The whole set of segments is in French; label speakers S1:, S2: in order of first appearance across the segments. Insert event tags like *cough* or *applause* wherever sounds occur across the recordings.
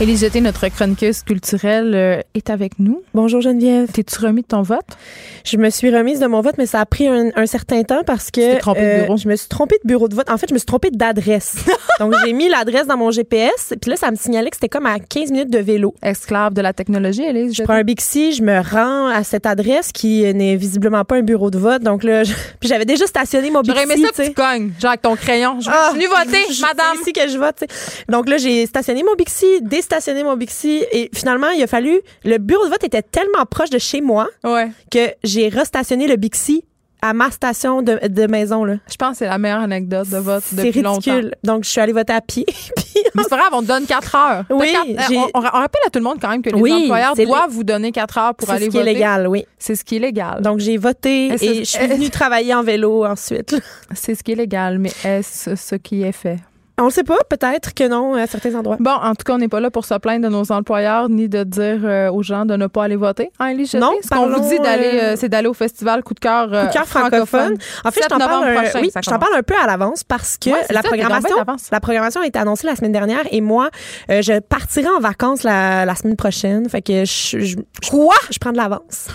S1: Élise Jeté, notre chroniqueuse culturelle, euh, est avec nous.
S2: Bonjour Geneviève.
S1: T'es-tu remis de ton vote?
S2: Je me suis remise de mon vote, mais ça a pris un, un certain temps parce que euh,
S1: Tu t'es trompée de bureau.
S2: je me suis trompée de bureau de vote. En fait, je me suis trompée
S1: *laughs*
S2: d'adresse. Donc j'ai mis l'adresse dans mon GPS, puis là ça me signalait que c'était comme à 15 minutes de vélo.
S1: Esclave de la technologie, Élise
S2: Je
S1: Jeté.
S2: prends un Bixi, je me rends à cette adresse qui n'est visiblement pas un bureau de vote. Donc là, je- *laughs* puis j'avais déjà stationné mon Bixi.
S1: J'aurais aimé ça
S2: tu
S1: que
S2: sais.
S1: tu cognes, genre avec ton crayon. Je
S2: Ah,
S1: suis venue voter,
S2: je-
S1: madame.
S2: C'est ici que je vote. tu sais. Donc là, j'ai stationné mon Bixi, déstationné mon Bixi, et finalement, il a fallu. Le bureau de vote était tellement proche de chez moi
S1: Ouais.
S2: que j'ai restationné le Bixi à ma station de, de maison. Là.
S1: Je pense que c'est la meilleure anecdote de vote
S2: C'est
S1: depuis
S2: ridicule.
S1: longtemps.
S2: Donc, je suis allée voter à pied. Puis,
S1: Mais c'est pas grave, on te donne 4 heures. T'as
S2: Oui,
S1: quatre- euh,
S2: j'ai-
S1: on, on rappelle à tout le monde quand même que les
S2: Oui,
S1: employeurs
S2: c'est
S1: doivent vous donner 4 heures *laughs* pour
S2: c'est
S1: aller
S2: ce qui
S1: voter.
S2: est légal, oui.
S1: C'est ce qui est légal.
S2: Donc, j'ai voté
S1: Est-ce-
S2: et je
S1: *laughs*
S2: suis venue travailler en vélo ensuite.
S1: C'est ce qui est légal, mais est-ce ce qui est fait?
S2: On ne sait pas, peut-être que non, à certains endroits.
S1: Bon, en tout cas, on n'est pas là pour se plaindre de nos employeurs ni de dire euh, aux gens de ne pas aller voter. Hein, Elise Jeté?
S2: Non,
S1: ce qu'on vous
S2: parlons,
S1: dit d'aller,
S2: euh,
S1: euh, c'est d'aller au festival Coup de cœur, euh,
S2: Coup de cœur francophone. En fait, je
S1: 7
S2: t'en parle,
S1: novembre
S2: un-
S1: prochain,
S2: oui,
S1: ça
S2: je t'en
S1: commence.
S2: parle un peu à l'avance parce que
S1: Ouais, c'est
S2: la
S1: ça, t'es donc
S2: programmation,
S1: bien d'avance.
S2: la programmation a été annoncée la semaine dernière et moi, euh, je partirai en vacances la, la semaine prochaine. Fait que je, je, je- je prends de l'avance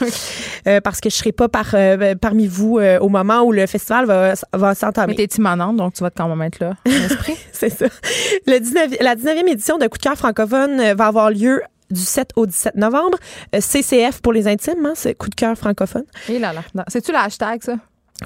S2: Euh, parce que je serai pas par, euh, parmi vous euh, au moment où le festival va, va
S1: Mais
S2: s'entamer.
S1: t'es immanente, donc tu vas quand même être là. en esprit.
S2: *laughs* C'est ça. Le 19, la 19e édition de Coup de cœur francophone euh, va avoir lieu du 7 au 17 novembre. Euh, CCF pour les intimes, hein, c'est Coup de cœur francophone.
S1: Et Eh là, là. Non. C'est-tu le hashtag, ça?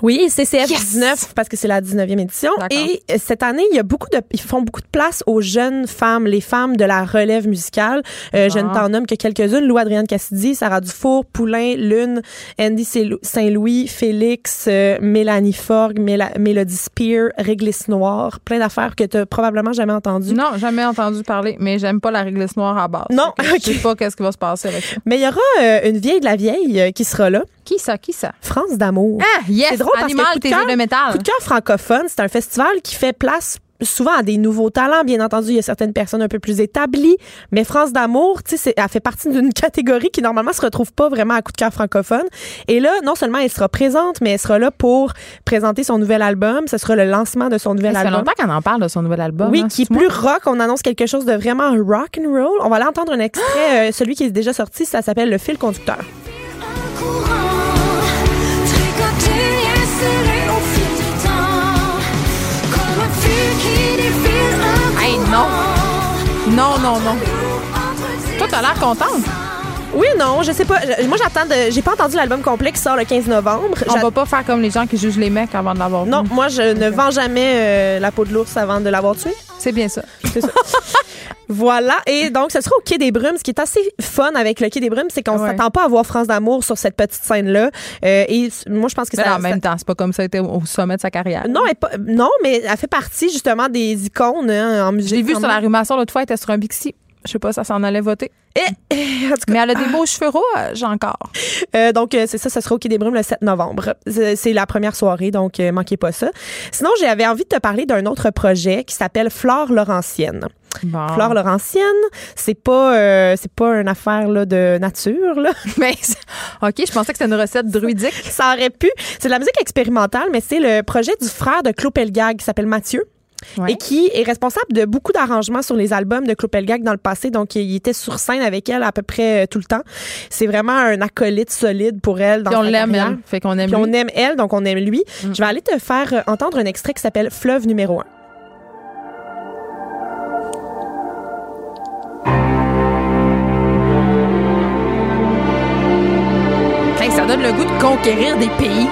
S2: Oui, CCF 19 parce que c'est la 19e édition
S1: D'accord.
S2: et euh, cette année, il y a beaucoup de ils font beaucoup de place aux jeunes femmes, les femmes de la relève musicale. Euh, Je
S1: Ah.
S2: ne t'en nomme que quelques-unes, Lou Adrienne Cassidy, Sarah Dufour, Poulain, Lune, Andy Saint- Saint-Louis, Félix, euh, Mélanie Forgue, Méla- Mélodie Spear, Réglisse Noire, plein d'affaires que tu probablement jamais entendues.
S1: Non, jamais entendu parler, mais j'aime pas la réglisse noire à base. *laughs*
S2: Non,
S1: Fait que Je sais
S2: ok.
S1: pas qu'est-ce qui va se passer avec ça.
S2: Mais il y aura euh, une vieille de la vieille euh, qui sera là,
S1: Qui ça? Qui ça?
S2: France d'amour.
S1: Ah, yes!
S2: C'est drôle parce que
S1: Animal,
S2: Coup de
S1: tes
S2: cœur-
S1: yeux de métal.
S2: Coup de cœur francophone, c'est un festival qui fait place souvent à des nouveaux talents. Bien entendu, il y a certaines personnes un peu plus établies, mais France d'amour, tu sais, c'est- elle fait partie d'une *laughs* catégorie qui normalement se retrouve pas vraiment à coup de cœur francophone. Et là, non seulement elle sera présente, mais elle sera là pour présenter son nouvel album. Ce sera le lancement de son nouvel
S1: ça fait
S2: album.
S1: longtemps qu'on en parle de son nouvel album.
S2: Oui,
S1: hein,
S2: qui est
S1: c'est-tu
S2: plus rock. On annonce quelque chose de vraiment rock and roll. On va aller entendre un
S1: Ah!
S2: extrait, euh, celui qui est déjà sorti. Ça s'appelle Le fil conducteur.
S3: Un courant, tricoté et serré au fil du temps, comme un fil qui défile un
S1: Hey, non.
S3: courant.
S1: moi? Non, non, non.
S3: Entre
S1: Toi, t'as l'air contente.
S2: Oui, non, je sais pas. Je- Moi, j'attends. de- J'ai pas entendu l'album complet qui sort le 15 novembre.
S1: On
S2: J'attends-
S1: va pas faire comme les gens qui jugent les mecs avant de l'avoir vu.
S2: Non, moi, je ne vends jamais euh, la peau de l'ours avant de l'avoir tué.
S1: C'est bien ça.
S2: C'est ça. voilà. Et donc, ce sera au Quai des Brumes. Ce qui est assez fun avec le Quai des Brumes, c'est qu'on ne
S1: Ouais.
S2: s'attend pas à voir France d'amour sur cette petite scène-là. Euh, et c- moi, je pense que
S1: Mais
S2: ça.
S1: en même temps, c'est pas comme ça, elle était au sommet de sa carrière.
S2: ça- non, elle est pas- non, mais elle fait partie justement des icônes hein, en
S1: Je
S2: musique.
S1: l'ai vu sur
S2: quand
S1: la
S2: même.
S1: rue Masson l'autre fois, elle était sur un Bixi. Je sais pas, ça s'en allait voter.
S2: *laughs* En tout cas,
S1: Mais elle a des beaux cheveux rouges encore.
S2: Euh, donc, euh, c'est ça, ce sera au Quai des Brumes le 7 novembre. C'est c'est la première soirée, donc euh, manquez pas ça. Sinon, j'avais envie de te parler d'un autre projet qui s'appelle Flore Laurentienne.
S1: Bon.
S2: Flore Laurentienne, c'est pas, euh, c'est pas une affaire là, de nature. Là. *laughs*
S1: *laughs* Mais, c'est- OK, je pensais que c'était une recette druidique.
S2: Ça aurait pu. C'est de la musique expérimentale, mais c'est le projet du frère de Claude Pelgag qui s'appelle Mathieu.
S1: Ouais.
S2: et qui est responsable de beaucoup d'arrangements sur les albums de Claude Pelgag dans le passé. Donc, il était sur scène avec elle à peu près euh, tout le temps. C'est vraiment un acolyte solide pour elle. Dans
S1: Puis on
S2: sa
S1: l'aime,
S2: carrière.
S1: elle. Fait qu'on aime
S2: Puis on
S1: lui. Mm.
S2: aime elle, donc on aime lui. Je vais aller te faire euh, entendre un extrait qui s'appelle Fleuve numéro 1.
S1: Hey, ça donne le goût de conquérir des pays.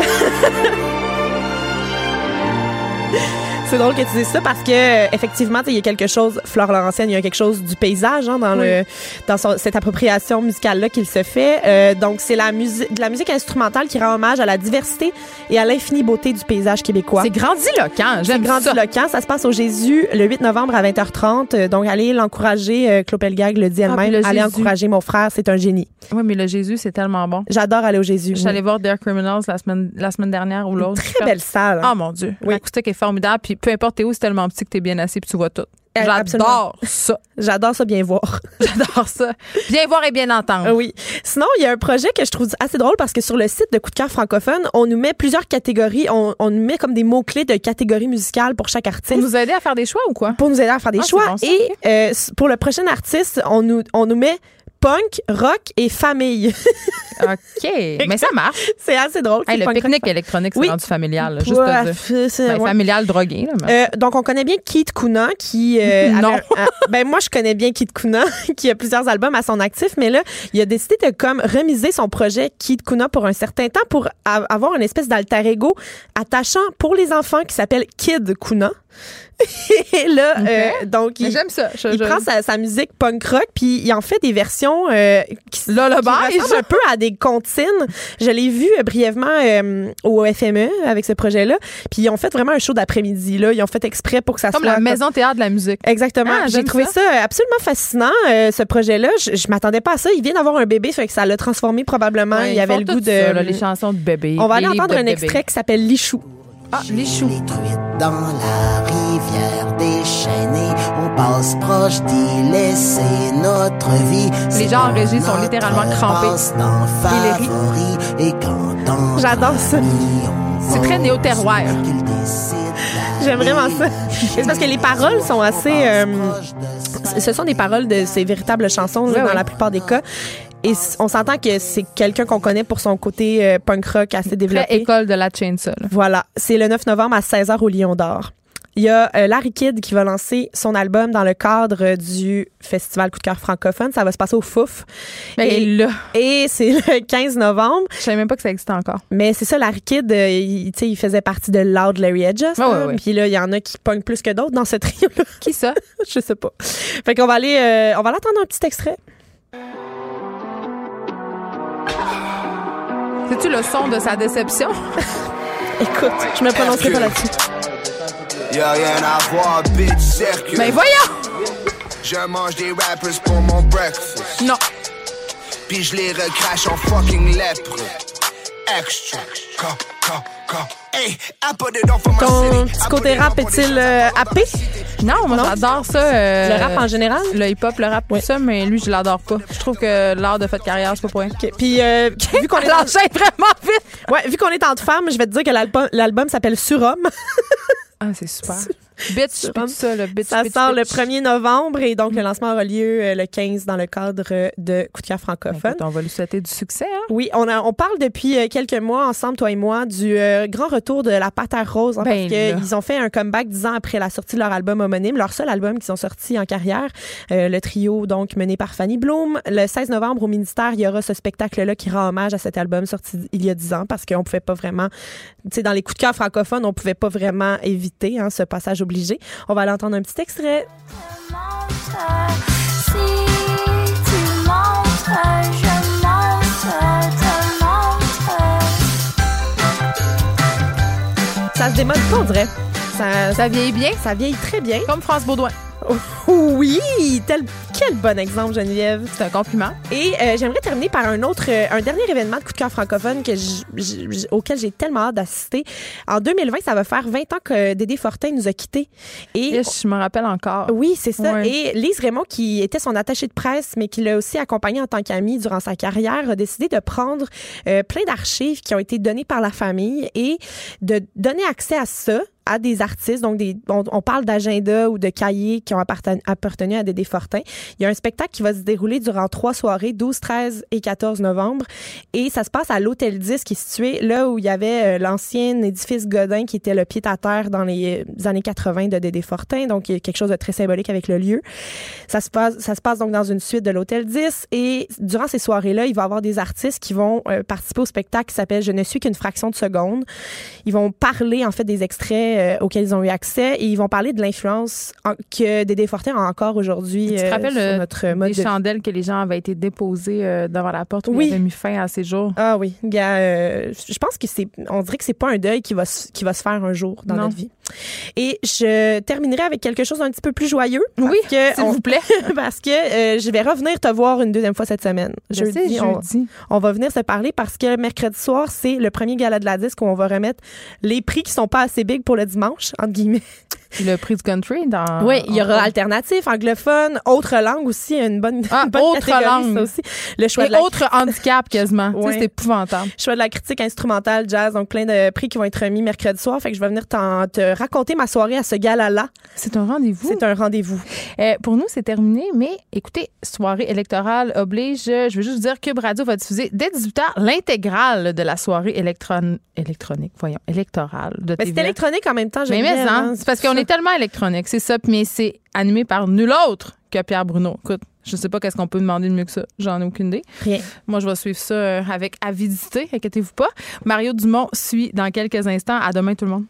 S2: C'est drôle que tu dises ça parce que euh, effectivement, tu sais, il y a quelque chose, Flore Laurentienne, il y a quelque chose du paysage hein, dans le dans son- cette appropriation musicale là qu'il se fait. Euh, donc c'est la musique, de la musique instrumentale qui rend hommage à la diversité et à l'infinie beauté du paysage québécois.
S4: C'est grandiloquent. J'aime ça.
S2: grandiloquent. Ça se passe au Jésus le 8 novembre à 20h30. Euh, Donc, allez l'encourager. Euh, Clopelgag le dit
S1: Ah, puis
S2: elle-même.
S1: le
S2: allez
S1: Jésus.
S2: encourager mon frère. C'est un génie.
S1: Oui, mais le Jésus, c'est tellement bon.
S2: J'adore aller au Jésus.
S1: Je suis allée voir Dare Criminals la semaine, la semaine dernière ou l'autre.
S2: Très belle salle. hein.
S1: Ah mon Dieu,
S2: Oui.
S1: l'acoustique est formidable. Puis peu importe t'es où, c'est tellement petit que t'es bien assis puis tu vois tout.
S2: Eh,
S1: J'adore
S2: absolument.
S1: ça. *laughs*
S2: J'adore ça bien voir.
S1: J'adore ça. Bien voir et bien entendre.
S2: Ah Oui. Sinon, il y a un projet que je trouve assez drôle parce que sur le site de Coup de cœur francophone, on nous met plusieurs catégories. On, on nous met comme des mots-clés de catégories musicales pour chaque
S1: Pour
S2: artiste.
S1: nous aider à faire des choix ou
S2: *laughs*
S1: quoi?
S2: pour nous aider à faire des
S1: Ah, c'est
S2: choix.
S1: bon, ça,
S2: et euh, s- pour le prochain artiste, on nous, on nous met punk, rock et famille. *laughs*
S1: OK. mais ça marche.
S2: c'est assez drôle.
S1: Hey,
S2: c'est
S1: le
S2: punk, rock,
S1: pique-nique électronique, c'est
S2: Oui.
S1: rendu familial. là, juste
S2: Ouais,
S1: te dire.
S2: c'est- c'est-
S1: Ben,
S2: ouais.
S1: Familial drogué. Là, mais-
S2: Euh, donc, on connaît bien Keith Kuna qui. euh,
S1: Non.
S2: avait un- un- ben, moi, je connais bien Keith Kuna *laughs* qui a plusieurs albums à son actif, mais là, il a décidé de comme remiser son projet Keith Kuna pour un certain temps pour a- avoir une espèce d'alter ego attachant pour les enfants qui s'appelle Kid Kuna. *laughs* Et là, euh, donc,
S1: Mais
S2: il,
S1: J'aime ça. Je-
S2: il
S1: je-
S2: prend sa, sa musique punk rock puis il en fait des versions euh, qui, s-
S1: Là, le
S2: qui
S1: bail,
S2: ressemblent un peu à des comptines. Je l'ai vu euh, brièvement euh, au FME avec ce projet-là. Puis ils ont fait vraiment un show d'après-midi. là. Ils ont fait exprès pour que ça
S1: Comme
S2: soit
S1: la maison théâtre de la musique.
S2: Exactement.
S1: Ah,
S2: Puis J'ai
S1: j'aime
S2: trouvé
S1: ça.
S2: ça. euh, absolument fascinant, euh, ce projet-là. Je, je m'attendais pas à ça. Il vient d'avoir un bébé, fait que ça l'a transformé probablement.
S1: Ouais,
S2: il
S1: ils
S2: avait
S1: font
S2: le
S1: tout
S2: goût de.
S1: ça, là, les chansons de bébé.
S2: On va
S1: les
S2: aller
S1: livres
S2: entendre
S1: de
S2: un
S1: bébé.
S2: extrait qui s'appelle Lichou.
S1: Ah, les choux.
S5: Les truites dans la rivière déchaînée, on passe proche d'y laisser notre vie. C'est
S1: gens en
S5: dans
S1: régie sont
S5: notre
S1: littéralement crampés.
S5: passe-temps
S1: Et les
S5: favori. Et quand on
S2: J'adore ça.
S1: C'est très néo-terroir.
S2: J'aime vraiment ça. C'est parce que les paroles sont assez. euh, ce sont des paroles de ces véritables chansons là,
S1: Ouais,
S2: dans
S1: ouais.
S2: la plupart des cas. Et s- on s'entend que c'est quelqu'un qu'on connaît pour son côté euh, punk rock assez
S1: Près
S2: développé.
S1: école de la chainsaw. là.
S2: Voilà, c'est le 9 novembre à 16h au Lion d'Or. Il y a euh, Larry Kidd qui va lancer son album dans le cadre euh, du Festival Coup de cœur francophone. Ça va se passer au Fouf.
S1: Ben,
S2: et
S1: là,
S2: et c'est le *laughs* 15 novembre.
S1: je savais même pas que ça existait encore.
S2: Mais c'est ça, Larry Kidd, euh, il, tu sais, il faisait partie de Loud Larry Edges.
S1: Ouais, ouais,
S2: hein.
S1: ouais.
S2: Puis là, il y en a qui pognent plus que d'autres dans ce trio-là. *laughs*
S1: Qui ça?
S2: Je sais pas. Fait qu'on va aller, euh, on va l'entendre un petit extrait.
S1: C'est-tu le son de sa
S2: *laughs*
S1: déception?
S2: Écoute, je me prononcerai pas là-dessus.
S6: Y'a rien à voir, bitch, circus.
S2: Ben,
S1: Mais voyons!
S6: Je mange des rappers pour mon breakfast.
S1: Non.
S6: Puis je les recrache en fucking lèpre. Extra. Go, go, go. Hey, I put it on for my
S2: Ton
S6: city.
S2: petit
S6: I put
S2: côté
S6: it
S2: rap
S6: on for the
S2: est-il
S6: streets.
S2: euh, happé?
S1: Non, moi, j'adore ça. euh,
S2: Le rap en général?
S1: Le hip-hop, le rap, tout ça, mais lui, je l'adore pas. Je trouve que l'art de fait carrière, c'est pas pour rien.
S2: Ok, Puis, euh, vu qu'on est, en-
S1: L'enchaîne vraiment vite!
S2: ouais, vu qu'on est entre femmes, je vais te dire que l'album- l'album s'appelle Surhomme.
S1: Ah, c'est super. Bitch,
S2: Surhomme.
S1: bitch, ça, le bitch.
S2: Ça
S1: bitch,
S2: sort le
S1: bitch.
S2: 1er novembre et donc le lancement aura lieu euh, le 15 dans le cadre de Coup de cœur francophone.
S1: Ben, Écoute, on va lui souhaiter du succès, hein?
S2: Oui, on, a- on parle depuis euh, quelques mois ensemble, toi et moi, du euh, grand retour de la pâte à rose. hein,
S1: Ben
S2: parce que
S1: là.
S2: ils ont fait un comeback dix ans après la sortie de leur album homonyme, leur seul album qu'ils ont sorti en carrière. Euh, le trio, donc, mené par Fanny Bloom. Le 16 novembre, au ministère, il y aura ce spectacle-là qui rend hommage à cet album sorti il y a dix ans parce qu'on pouvait pas vraiment, tu sais, dans les coups de cœur francophones, on pouvait pas vraiment éviter hein, ce passage obligé. On va aller entendre un petit extrait.
S3: monte, si tu montes, je monte, te monte.
S2: Ça se démode pas, on dirait. Ça, ça,
S1: Ça vieillit bien?
S2: ça vieillit très bien.
S1: Comme France Baudouin.
S2: Oui, tel, quel bon exemple, Geneviève.
S1: C'est un compliment.
S2: Et euh, j'aimerais terminer par un autre, euh, un dernier événement de coup de cœur francophone que j- j- j- auquel j'ai tellement hâte d'assister. En 2020, ça va faire 20 ans que Dédé Fortin nous a quittés. Et
S1: Yes, je me rappelle encore.
S2: oui, c'est ça.
S1: Ouais.
S2: Et Lise Raymond, qui était son attachée de presse, mais qui l'a aussi accompagnée en tant qu'amie durant sa carrière, a décidé de prendre euh, plein d'archives qui ont été données par la famille et de donner accès à ça à des artistes. Donc, des, on, on parle d'agenda ou de cahiers qui ont appartenu apparten- appartenu à Dédé Fortin. Il y a un spectacle qui va se dérouler durant trois soirées, 12, 13 et 14 novembre. Et ça se passe à l'Hôtel 10 qui est situé là où il y avait euh, l'ancien édifice Godin qui était le pied-à-terre dans les euh, années 80 de Dédé Fortin. Donc, il y a quelque chose de très symbolique avec le lieu. Ça se passe, ça se passe donc dans une suite de l'Hôtel 10. Et durant ces soirées-là, il va y avoir des artistes qui vont euh, participer au spectacle qui s'appelle Je ne suis qu'une fraction de seconde. Ils vont parler, en fait, des extraits euh, auxquels ils ont eu accès et ils vont parler de l'influence en- que Dédé Fortin a encore aujourd'hui
S1: Tu te
S2: euh,
S1: rappelles
S2: sur
S1: euh,
S2: notre mode
S1: des
S2: de vie.
S1: chandelles que les gens avaient été déposées euh, devant la porte où
S2: Oui.
S1: ils avaient mis fin à ces jours?
S2: Ah oui, gars, euh, je pense que c'est, on dirait que c'est pas un deuil qui va se- qui va se faire un jour dans
S1: Non.
S2: notre vie. Et je terminerai avec quelque chose d'un petit peu plus joyeux. parce
S1: Oui,
S2: que
S1: S'il
S2: Euh, on- *laughs*
S1: vous plaît.
S2: parce que euh, je vais revenir te voir une deuxième fois cette semaine.
S1: Je sais,
S2: on,
S1: jeudi.
S2: on va venir se parler parce que mercredi soir, c'est le premier gala de la disque où on va remettre les prix qui sont pas assez big pour le dimanche, entre guillemets.
S1: Le prix du country dans.
S2: Oui, il y aura
S1: en-
S2: alternatif, anglophone, autre langue aussi, une bonne,
S1: Ah,
S2: une bonne
S1: autre
S2: catégorie,
S1: langue.
S2: ça aussi. Le choix,
S1: Et
S2: de la,
S1: autre handicap quasiment. Tu sais,
S2: Ouais.
S1: C'est épouvantable.
S2: choix de la critique instrumentale, jazz, donc plein de prix qui vont être remis mercredi soir. Fait que je vais venir t'en- te raconter ma soirée à ce gala-là.
S1: C'est un rendez-vous.
S2: C'est un rendez-vous.
S1: Euh, pour nous, c'est terminé, mais écoutez, soirée électorale oblige. Euh, Je veux juste vous dire que Cube Radio va diffuser dès 18h l'intégrale de la soirée électron- électronique, voyons, électorale de
S2: Mais Ben, c'est
S1: TVA.
S2: électronique en même temps,
S1: Mais,
S2: j'aime
S1: mais,
S2: bien,
S1: hein,
S2: hein,
S1: c'est parce qu'on
S2: ça.
S1: est tellement électronique, c'est ça, mais c'est animé par nul autre que Pierre Bruno. Écoute, je sais pas qu'est-ce qu'on peut demander de mieux que ça. J'en ai aucune idée.
S2: Rien.
S1: Moi, je vais suivre ça euh, avec avidité, inquiétez-vous pas. Mario Dumont suit dans quelques instants. À demain, tout le monde.